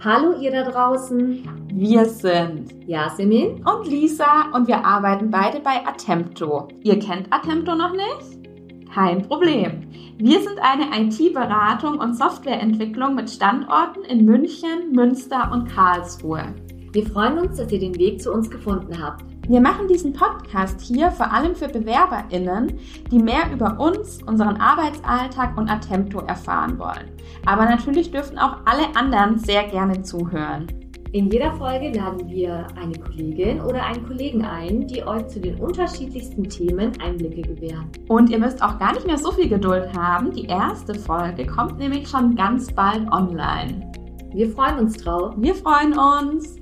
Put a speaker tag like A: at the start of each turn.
A: Hallo ihr da draußen,
B: Wir sind
A: Yasemin.
B: und Lisa und wir arbeiten beide bei Attempto. Ihr kennt Attempto noch nicht? Kein Problem. Wir sind eine IT-Beratung und Softwareentwicklung mit Standorten in München, Münster und Karlsruhe.
A: Wir freuen uns, dass ihr den Weg zu uns gefunden habt.
B: Wir machen diesen Podcast hier vor allem für BewerberInnen, die mehr über uns, unseren Arbeitsalltag und Attempto erfahren wollen. Aber natürlich dürfen auch alle anderen sehr gerne zuhören.
A: In jeder Folge laden wir eine Kollegin oder einen Kollegen ein, die euch zu den unterschiedlichsten Themen Einblicke gewähren.
B: Und ihr müsst auch gar nicht mehr so viel Geduld haben. Die erste Folge kommt nämlich schon ganz bald online.
A: Wir freuen uns drauf.
B: Wir freuen uns.